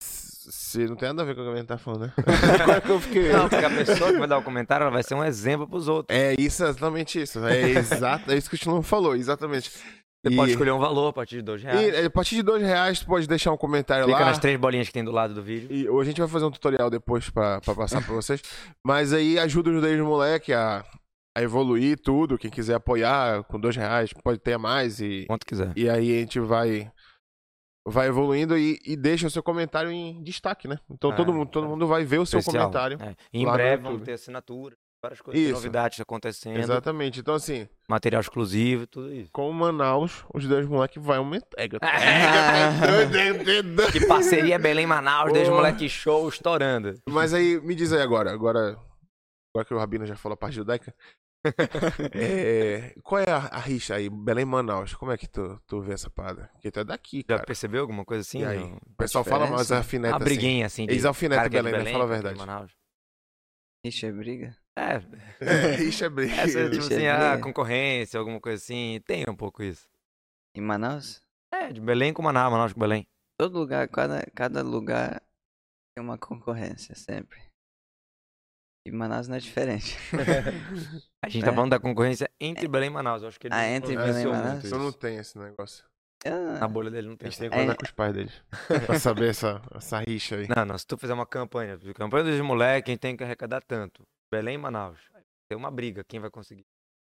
Speaker 1: s- Se não tem nada a ver com o que a gente tá falando,
Speaker 2: [laughs]
Speaker 1: né? Agora que eu fiquei.
Speaker 2: Não, porque a pessoa que vai dar o comentário, ela vai ser um exemplo pros outros.
Speaker 1: É isso, é exatamente isso. É, exato, é isso que o Chilão falou, exatamente.
Speaker 2: Você
Speaker 1: E-
Speaker 2: pode escolher um valor a partir de dois
Speaker 1: E
Speaker 2: reais.
Speaker 1: é, a partir de dois reais, tu pode deixar um comentário
Speaker 2: Clica
Speaker 1: lá.
Speaker 2: nas três bolinhas que tem do lado do vídeo.
Speaker 1: E, ou a gente vai fazer um tutorial depois pra, pra passar pra vocês. Mas aí ajuda o judaísmo moleque a, a evoluir tudo. Quem quiser apoiar com dois reais, pode ter mais. E,
Speaker 2: Quanto quiser.
Speaker 1: e aí a gente vai vai evoluindo e, e deixa o seu comentário em destaque, né? Então
Speaker 2: É,
Speaker 1: todo, mundo, todo
Speaker 2: é.
Speaker 1: mundo vai ver o seu
Speaker 2: Especial.
Speaker 1: comentário.
Speaker 2: É. E em
Speaker 1: lá no
Speaker 2: breve
Speaker 1: YouTube.
Speaker 2: vamos ter assinatura, várias coisas, tem
Speaker 1: Isso.
Speaker 2: novidades acontecendo,
Speaker 1: Exatamente. Então, assim,
Speaker 2: material exclusivo, tudo isso.
Speaker 1: com Manaus, os dois moleque vai aumentar. É,
Speaker 2: Ah.
Speaker 1: é, é, é, é, é.
Speaker 2: Que parceria Belém-Manaus, desde
Speaker 1: Boa.
Speaker 2: moleque show estourando.
Speaker 1: Mas aí, me diz aí agora, agora, agora que o Rabino já falou a parte judaica, é, qual é a, a rixa aí? Belém Manaus, como é que tu, tu vê essa parada? Porque tu é daqui,
Speaker 2: Já
Speaker 1: cara.
Speaker 2: percebeu alguma coisa assim?
Speaker 1: E aí?
Speaker 2: não?
Speaker 1: O pessoal fala
Speaker 3: diferença?
Speaker 1: mais afineta
Speaker 2: Uma
Speaker 1: assim.
Speaker 2: briguinha assim. de
Speaker 1: Eles alfinetam
Speaker 2: cara que é de
Speaker 1: Belém, né? Fala a
Speaker 2: cara que é de
Speaker 1: verdade.
Speaker 2: Manaus.
Speaker 3: Ixi, é briga?
Speaker 1: [laughs]
Speaker 2: É,
Speaker 1: É, rixa é briga. [laughs]
Speaker 2: essa, tipo
Speaker 3: Isso é
Speaker 2: assim, a
Speaker 3: briga.
Speaker 2: concorrência, alguma coisa assim, tem um pouco isso.
Speaker 3: Em Manaus?
Speaker 2: É, de Belém com Manaus, Manaus com Belém.
Speaker 3: Todo lugar, cada, cada lugar tem uma concorrência, sempre. E Manaus não é diferente.
Speaker 2: A gente
Speaker 3: É.
Speaker 2: tá falando da concorrência
Speaker 1: É.
Speaker 2: entre Belém e Manaus. Eu acho que ele
Speaker 3: Ah, entre
Speaker 2: influenciou
Speaker 3: Belém e
Speaker 2: muito
Speaker 3: Manaus?
Speaker 1: Só
Speaker 2: isso.
Speaker 1: não tem esse negócio.
Speaker 3: Eu-
Speaker 2: Na bolha dele não
Speaker 1: A
Speaker 2: tem.
Speaker 1: gente tem que
Speaker 3: É.
Speaker 1: conversar com os pais deles. [laughs] pra saber essa, essa rixa aí.
Speaker 2: É. Não, não, se tu fizer uma campanha, campanha dos moleques, a gente tem que arrecadar tanto. Belém e Manaus. Tem uma briga, quem vai conseguir?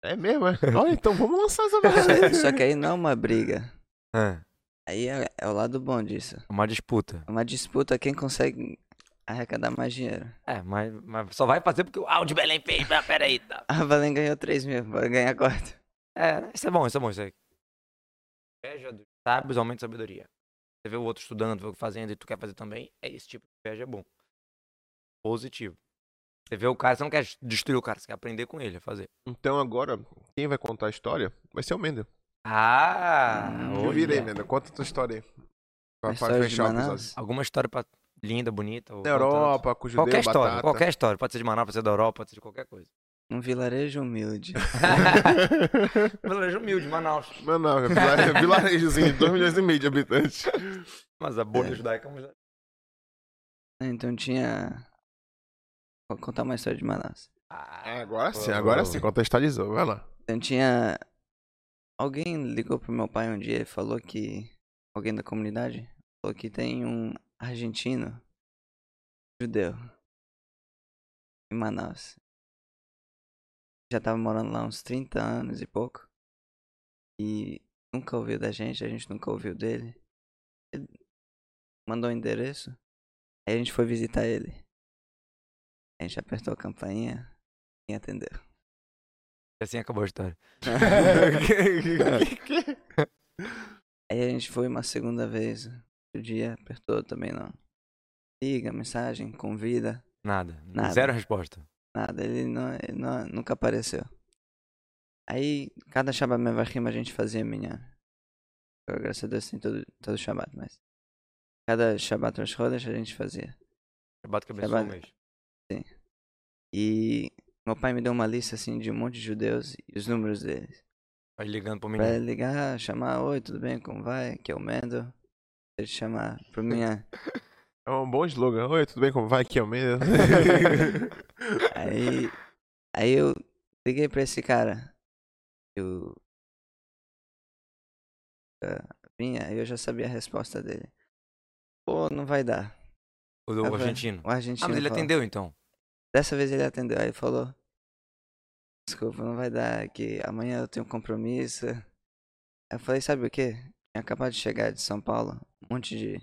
Speaker 1: É mesmo, é? Olha, então vamos lançar essa
Speaker 3: Só,
Speaker 1: parada.
Speaker 3: só que aí não é uma briga.
Speaker 2: É,
Speaker 3: Aí é, é o lado bom disso.
Speaker 2: uma disputa.
Speaker 3: É uma disputa quem consegue arrecadar mais dinheiro. [laughs]
Speaker 2: É, mas, mas só vai fazer porque o áudio Belém fez. Mas peraí, tá.
Speaker 3: Ah, Valen ganhou 3 mil, vai ganhar 4.
Speaker 2: É, isso é bom, isso é bom, isso aí. Inveja dos sábios aumenta a sabedoria. Você vê o outro estudando, vê o outro fazendo e tu quer fazer também, é esse tipo de inveja é bom. Positivo. Você vê o cara, você não quer destruir o cara, você quer aprender com ele a fazer.
Speaker 1: Então agora, quem vai contar a história vai ser o Mendel.
Speaker 2: Ah!
Speaker 1: Eu
Speaker 2: olha.
Speaker 1: virei, Mendel. Conta a tua história aí. Pra,
Speaker 3: Mas
Speaker 1: pra
Speaker 3: história de
Speaker 1: fechar o episódio.
Speaker 3: Manaus?
Speaker 2: Alguma história pra... linda, bonita. ou
Speaker 1: Na
Speaker 2: não tanto.
Speaker 1: Europa, com o judeu,
Speaker 2: Qualquer história,
Speaker 1: batata.
Speaker 2: qualquer história. Pode ser de Manaus, pode ser da Europa, pode ser de qualquer
Speaker 1: [laughs]
Speaker 2: coisa.
Speaker 3: Um vilarejo humilde.
Speaker 2: [laughs] Vilarejo humilde, Manaus.
Speaker 1: Mas [laughs] não, é vila- é vilarejozinho, 2 milhões e meio de habitantes.
Speaker 2: Mas a bolha judaica é um vilarejo.
Speaker 3: Então tinha. Vou contar uma história de Manaus.
Speaker 1: Ah, agora sim, agora sim, contextualizou, vai lá.
Speaker 3: Então tinha. Alguém ligou pro meu pai um dia e falou que. Alguém da comunidade falou que tem um argentino judeu em Manaus. Já tava morando lá uns 30 anos e pouco. E nunca ouviu da gente, a gente nunca ouviu dele. Ele mandou o endereço. Aí a gente foi visitar ele. A gente apertou a campainha e atendeu.
Speaker 2: Assim acabou a [laughs] história.
Speaker 3: Aí a gente foi uma segunda vez. O dia apertou também não. Liga, mensagem, convida,
Speaker 2: Nada.
Speaker 3: Nada.
Speaker 2: Zero resposta.
Speaker 3: nada. Ele, não, ele não- nunca apareceu. Aí, cada Shabbat Mevachim a gente fazia minha. Eu, graças a Deus tem todo, todo Shabbat, mas. Cada Shabbat Rosh Chodesh a gente fazia.
Speaker 2: Shabbat que abençoa o
Speaker 3: Shabbat.
Speaker 2: um mês.
Speaker 3: E meu pai me deu uma lista assim de um monte de judeus e os números deles.
Speaker 2: Vai ligando pro
Speaker 3: Pra
Speaker 2: menino.
Speaker 3: ele ligar, chamar, oi, tudo bem, como vai? Que é o Mendo. Ele chamar pra minha.
Speaker 1: [laughs] É um bom slogan. Oi, tudo bem? Como vai? Aqui é o [laughs] mesmo.
Speaker 2: [laughs]
Speaker 3: Aí. Aí eu liguei pra esse cara. Eu. Ah, Vinha, eu já sabia a resposta dele. Pô, não vai dar.
Speaker 2: O do
Speaker 3: Tava-
Speaker 2: argentino.
Speaker 3: O argentino.
Speaker 2: Ah, mas ele
Speaker 3: falou-
Speaker 2: atendeu então.
Speaker 3: Dessa vez ele atendeu, aí falou: Desculpa, não vai dar, que amanhã eu tenho um compromisso. Aí Eu falei: Sabe o que? Tinha acabado de chegar de São Paulo, um monte de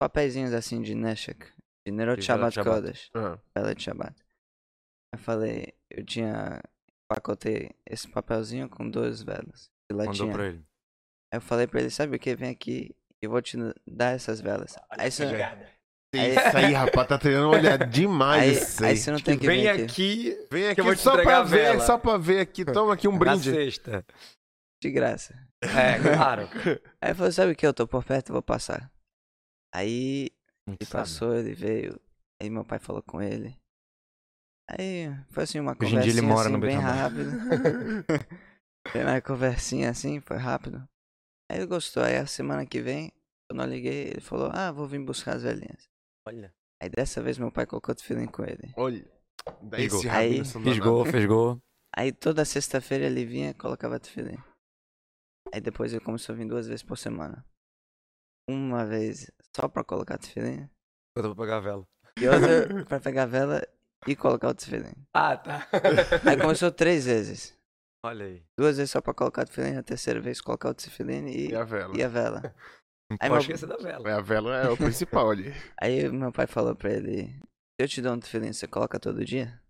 Speaker 3: papeizinhos assim de Neshek,
Speaker 2: De
Speaker 3: de Nerot
Speaker 2: Nerot
Speaker 3: Shabbat
Speaker 2: Shabbat.
Speaker 3: Kodesh,
Speaker 1: Ah,
Speaker 3: Bela de Shabbat. Eu falei: Eu tinha. Empacotei esse papelzinho com duas velas de
Speaker 2: Mandou
Speaker 3: latinha.
Speaker 2: pra ele.
Speaker 3: Aí eu falei pra ele: Sabe o que? Vem aqui, eu vou te dar essas velas. Aí você, Aí-
Speaker 1: É Isso aí, rapaz, tá treinando olhar demais
Speaker 3: aí,
Speaker 1: isso aí.
Speaker 3: aí você não tem que vir aqui.
Speaker 2: Tipo, aqui
Speaker 1: Vem aqui
Speaker 2: eu vou te
Speaker 1: só pra
Speaker 2: entregar a
Speaker 1: ver,
Speaker 2: vela.
Speaker 1: só pra ver aqui. Toma aqui um
Speaker 2: na
Speaker 1: brinde.
Speaker 2: sexta.
Speaker 3: De graça.
Speaker 2: [laughs] É, claro.
Speaker 3: Aí ele falou, sabe o que? Eu tô por perto, eu vou passar. Aí
Speaker 2: Muito
Speaker 3: ele
Speaker 2: sábio.
Speaker 3: passou, ele veio. Aí meu pai falou com ele. Aí foi assim uma
Speaker 2: Hoje em
Speaker 3: conversinha
Speaker 2: dia ele mora
Speaker 3: assim,
Speaker 2: no
Speaker 3: bem
Speaker 2: Betamar.
Speaker 3: rápida. Foi uma conversinha assim, foi rápido. Aí ele gostou. Aí a semana que vem, quando eu liguei, ele falou, ah, vou vir buscar as velhinhas.
Speaker 2: Olha.
Speaker 3: Aí dessa vez meu pai colocou outro feeling com ele.
Speaker 1: [laughs] Olha. Dá
Speaker 2: Fisgou.
Speaker 1: esse rabinho,
Speaker 3: Aí-
Speaker 1: essa danada.
Speaker 2: Fisgou, fisgou.
Speaker 3: Aí toda sexta-feira ele vinha e colocava tefilim. Aí depois ele começou a vir duas vezes por semana. Uma vez só pra colocar tefilim.
Speaker 2: Eu vou pagar a vela.
Speaker 3: E
Speaker 1: [laughs]
Speaker 3: outra pra pegar a vela e colocar o tefilim.
Speaker 2: Ah, tá.
Speaker 3: Aí começou três vezes.
Speaker 2: [laughs] Olha aí.
Speaker 3: Duas vezes só pra colocar o tefilim, a terceira vez colocar o tefilim
Speaker 1: E
Speaker 3: e,
Speaker 1: a vela.
Speaker 3: e a vela.
Speaker 2: Não
Speaker 3: Aí
Speaker 2: pode
Speaker 3: meu-
Speaker 2: esquecer da vela.
Speaker 1: É, A vela é o principal ali.
Speaker 3: Aí meu pai falou pra ele, se eu te dou um tefilim, você coloca todo dia?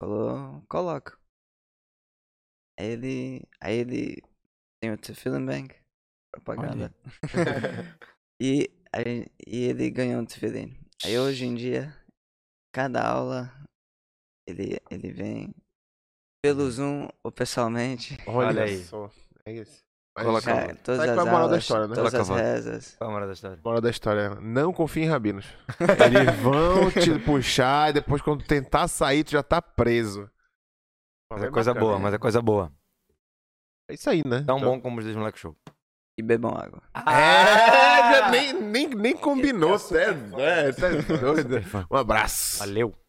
Speaker 3: Falou, coloco. Aí ele, aí ele tem o tefilim bank, propaganda.
Speaker 2: Olha
Speaker 3: E, a gen- e ele ganhou um tefilim. Aí hoje em dia, cada aula, ele, ele vem pelo Zoom ou pessoalmente.
Speaker 2: [laughs]
Speaker 1: Olha,
Speaker 2: Olha aí.
Speaker 1: só. É isso.
Speaker 2: Coloca
Speaker 1: Mas,
Speaker 3: Cara, todas
Speaker 1: Sabe
Speaker 3: as
Speaker 1: qual é a
Speaker 3: aulas,
Speaker 1: moral da história, né?
Speaker 3: todas
Speaker 2: Coloca
Speaker 3: as
Speaker 2: a voz.
Speaker 3: rezas.
Speaker 2: Qual é a moral da história?
Speaker 1: Moral da história, não confia em
Speaker 2: [laughs]
Speaker 1: rabinos. Eles vão te puxar e depois quando tentar sair, tu já tá preso.
Speaker 2: Mas é coisa boa, mas é coisa boa.
Speaker 1: É isso aí, né?
Speaker 2: Tão
Speaker 1: Então-
Speaker 2: bom como os dois moleque show.
Speaker 3: E bebam água.
Speaker 2: Ah! é [laughs]
Speaker 1: É, já nem, nem, nem combinou, cê é, é, cê é doido. Um abraço.
Speaker 2: Valeu.